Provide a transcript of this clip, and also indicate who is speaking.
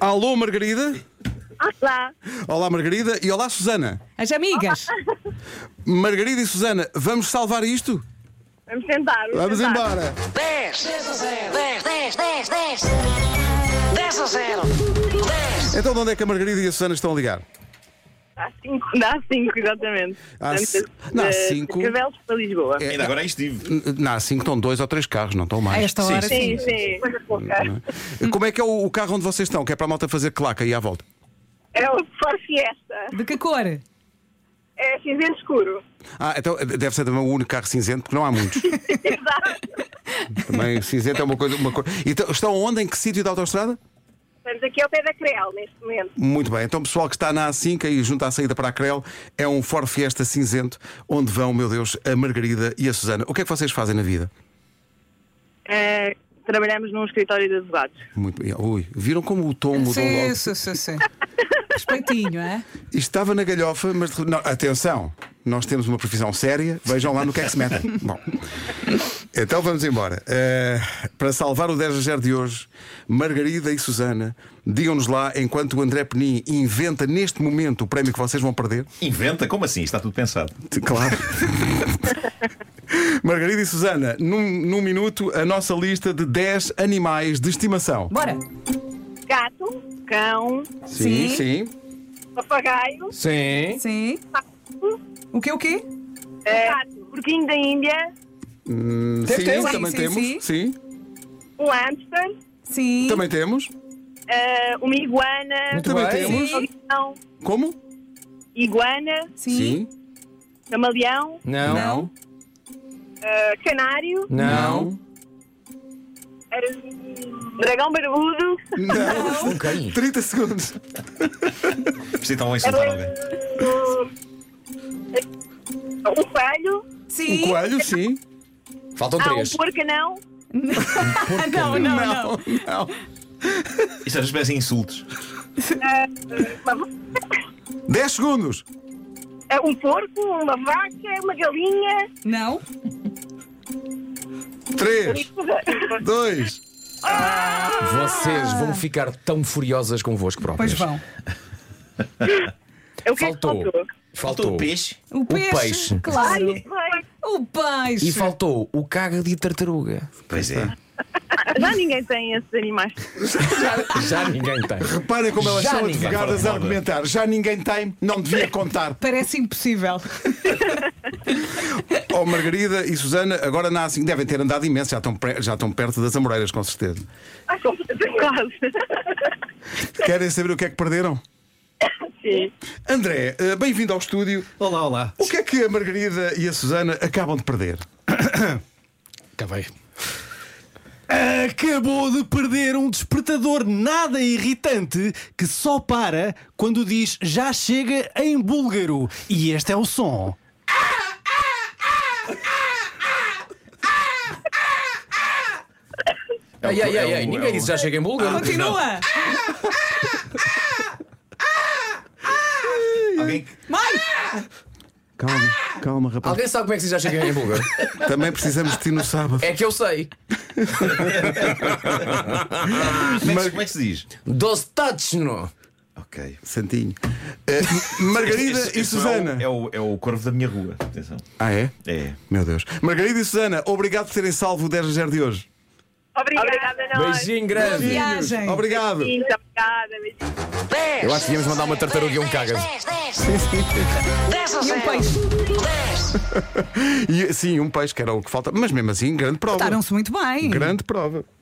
Speaker 1: Alô, Margarida.
Speaker 2: Olá.
Speaker 1: Olá, Margarida. E olá, Susana.
Speaker 3: As amigas.
Speaker 1: Margarida e Susana, vamos salvar isto?
Speaker 2: Vamos tentar.
Speaker 1: Vamos
Speaker 2: tentar.
Speaker 1: embora.
Speaker 4: 10, 10 a 0, 10, 10, 10, 10, 10 a 0, 10,
Speaker 1: Então, de onde é que a Margarida e a Susana estão a ligar?
Speaker 2: Dá 5, dá cinco exatamente.
Speaker 1: Há
Speaker 2: Portanto,
Speaker 1: ci- não, há
Speaker 2: de
Speaker 1: cinco. É,
Speaker 2: Cavelos para Lisboa.
Speaker 5: É,
Speaker 6: Ainda agora é aí estive.
Speaker 1: Na A5 assim estão dois ou três carros, não estão
Speaker 3: A
Speaker 1: mais.
Speaker 3: esta hora,
Speaker 2: Sim,
Speaker 3: sim.
Speaker 2: sim. Coisa pouca.
Speaker 1: Como é que é o o carro onde vocês estão? Que é para a malta fazer claca e à volta.
Speaker 2: É o Ford Fiesta.
Speaker 3: De que cor?
Speaker 2: É cinzento escuro.
Speaker 1: Ah, então deve ser também o único carro cinzento, porque não há muitos.
Speaker 2: Exato.
Speaker 1: Também cinzento é uma coisa. Uma coisa. Então, estão onde? Em que sítio da autostrada?
Speaker 2: Estamos aqui ao pé da Creal neste momento.
Speaker 1: Muito bem, então pessoal que está na A5 e junto à saída para a Crel, é um Ford Fiesta cinzento onde vão, meu Deus, a Margarida e a Susana. O que é que vocês fazem na vida?
Speaker 2: Eh, trabalhamos num escritório de advogados.
Speaker 1: Muito bem. Ui, viram como o tom mudou
Speaker 3: Sim,
Speaker 1: logo?
Speaker 3: sim, sim, sim. Respeitinho, é?
Speaker 1: Isto estava na galhofa, mas de- não, atenção, nós temos uma profissão séria, vejam lá no que é que se metem. Bom, então vamos embora. Eh, para salvar o 10 a 0 de hoje, Margarida e Susana, digam-nos lá, enquanto o André Penin inventa neste momento o prémio que vocês vão perder.
Speaker 6: Inventa? Como assim? Está tudo pensado.
Speaker 1: Claro. Margarida e Susana, num, num minuto, a nossa lista de 10 animais de estimação.
Speaker 3: Bora.
Speaker 2: Gato, cão,
Speaker 3: Sim.
Speaker 1: sim.
Speaker 2: papagaio,
Speaker 5: Sim.
Speaker 3: Sim. O quê, o quê?
Speaker 2: eh, porquinho da Índia,
Speaker 1: Hum,
Speaker 5: Tem-
Speaker 1: sim,
Speaker 5: tem-
Speaker 1: também
Speaker 3: sim,
Speaker 1: temos.
Speaker 3: sim.
Speaker 1: Sim.
Speaker 2: um hamster,
Speaker 3: Sim.
Speaker 1: Também temos.
Speaker 2: eh, uma iguana,
Speaker 5: Muito
Speaker 1: Também
Speaker 5: bem.
Speaker 1: temos.
Speaker 2: um
Speaker 3: Sim.
Speaker 2: camaleão,
Speaker 1: Como?
Speaker 2: iguana,
Speaker 3: Sim.
Speaker 2: camaleão,
Speaker 5: Não.
Speaker 3: Não.
Speaker 2: eh, canário,
Speaker 5: Não.
Speaker 2: eh, dragão barbudo,
Speaker 1: Não. 30 segundos.
Speaker 6: Precisa então insultar alguém.
Speaker 2: eh, um coelho,
Speaker 1: Um
Speaker 3: Sim.
Speaker 1: coelho, sim.
Speaker 5: Faltam
Speaker 2: ah, um
Speaker 5: três.
Speaker 2: porco não,
Speaker 3: Não, não, não.
Speaker 1: Não, não.
Speaker 6: Isto às vezes parecem insultos.
Speaker 1: 10 segundos.
Speaker 2: eh, um porco, uma vaca, uma galinha,
Speaker 3: Não.
Speaker 1: 3, 2.
Speaker 5: Vocês vão ficar tão furiosas convosco próprias.
Speaker 3: Pois vão.
Speaker 2: é o que é que
Speaker 5: Faltou.
Speaker 2: faltou?
Speaker 6: Faltou
Speaker 5: Faltou.
Speaker 6: o peixe.
Speaker 3: O peixe.
Speaker 5: peixe.
Speaker 3: Claro.
Speaker 2: Ai,
Speaker 3: O peixe.
Speaker 5: E faltou o caga de tartaruga.
Speaker 6: Pois é.
Speaker 2: Já ninguém tem esses animais.
Speaker 5: Já ninguém tem.
Speaker 1: Reparem como elas
Speaker 5: Já
Speaker 1: são
Speaker 5: ninguém
Speaker 1: advogadas a
Speaker 6: fala de moda.
Speaker 1: argumentar. Já ninguém tem, não devia contar.
Speaker 3: Parece impossível.
Speaker 1: Oh, Margarida e Susana, agora na assim devem ter andado imenso, já estão, pre- já estão perto das Amoreiras, com certeza.
Speaker 2: Ai, como- quase.
Speaker 1: Querem saber o que é que perderam?
Speaker 2: Sim.
Speaker 1: André, eh, bem-vindo ao estúdio.
Speaker 7: Olá, olá.
Speaker 1: O que é que a Margarida e a Susana acabam de perder?
Speaker 7: Acabei. Acabou de perder um despertador nada irritante que só para quando diz já chega em búlgaro. E este é o som.
Speaker 6: É o-
Speaker 5: Ai, ai, ai,
Speaker 6: é
Speaker 5: ai.
Speaker 6: o-
Speaker 5: Ninguém
Speaker 6: é o-
Speaker 5: disse já chega em búlgaro.
Speaker 3: Ah, Continua.
Speaker 6: Alguém que-
Speaker 1: Calma, calma, rapaz.
Speaker 5: Alguém sabe como é que se diz já chega em búlgaro?
Speaker 1: Também precisamos de ti no sábado.
Speaker 5: É que eu sei.
Speaker 6: Como é que- como é que se diz?
Speaker 5: Dostachno.
Speaker 6: Ok.
Speaker 1: Santinho. Eh, Margarida
Speaker 6: Este- este
Speaker 1: e Susana.
Speaker 6: É o, é, o, é o corvo da minha rua. Atenção.
Speaker 1: Ah, é?
Speaker 6: É.
Speaker 1: Meu Deus. Margarida e Susana, obrigado por terem salvo o 10 a 0 de hoje.
Speaker 2: Obrigada, Obrigada a nós.
Speaker 5: Beijinho grande.
Speaker 3: Viagem.
Speaker 1: Obrigado.
Speaker 2: Muito obrigada, beijinho.
Speaker 4: 10.
Speaker 5: Eu acho que devíamos mandar uma tartaruga e um caga.
Speaker 4: 10, 10, 10 a 0.
Speaker 3: peixe.
Speaker 4: 10.
Speaker 1: E, sim, um peixe, que era o que falta. Mas mesmo assim, grande prova.
Speaker 3: Portaram-se Tá, muito bem.
Speaker 1: Grande prova.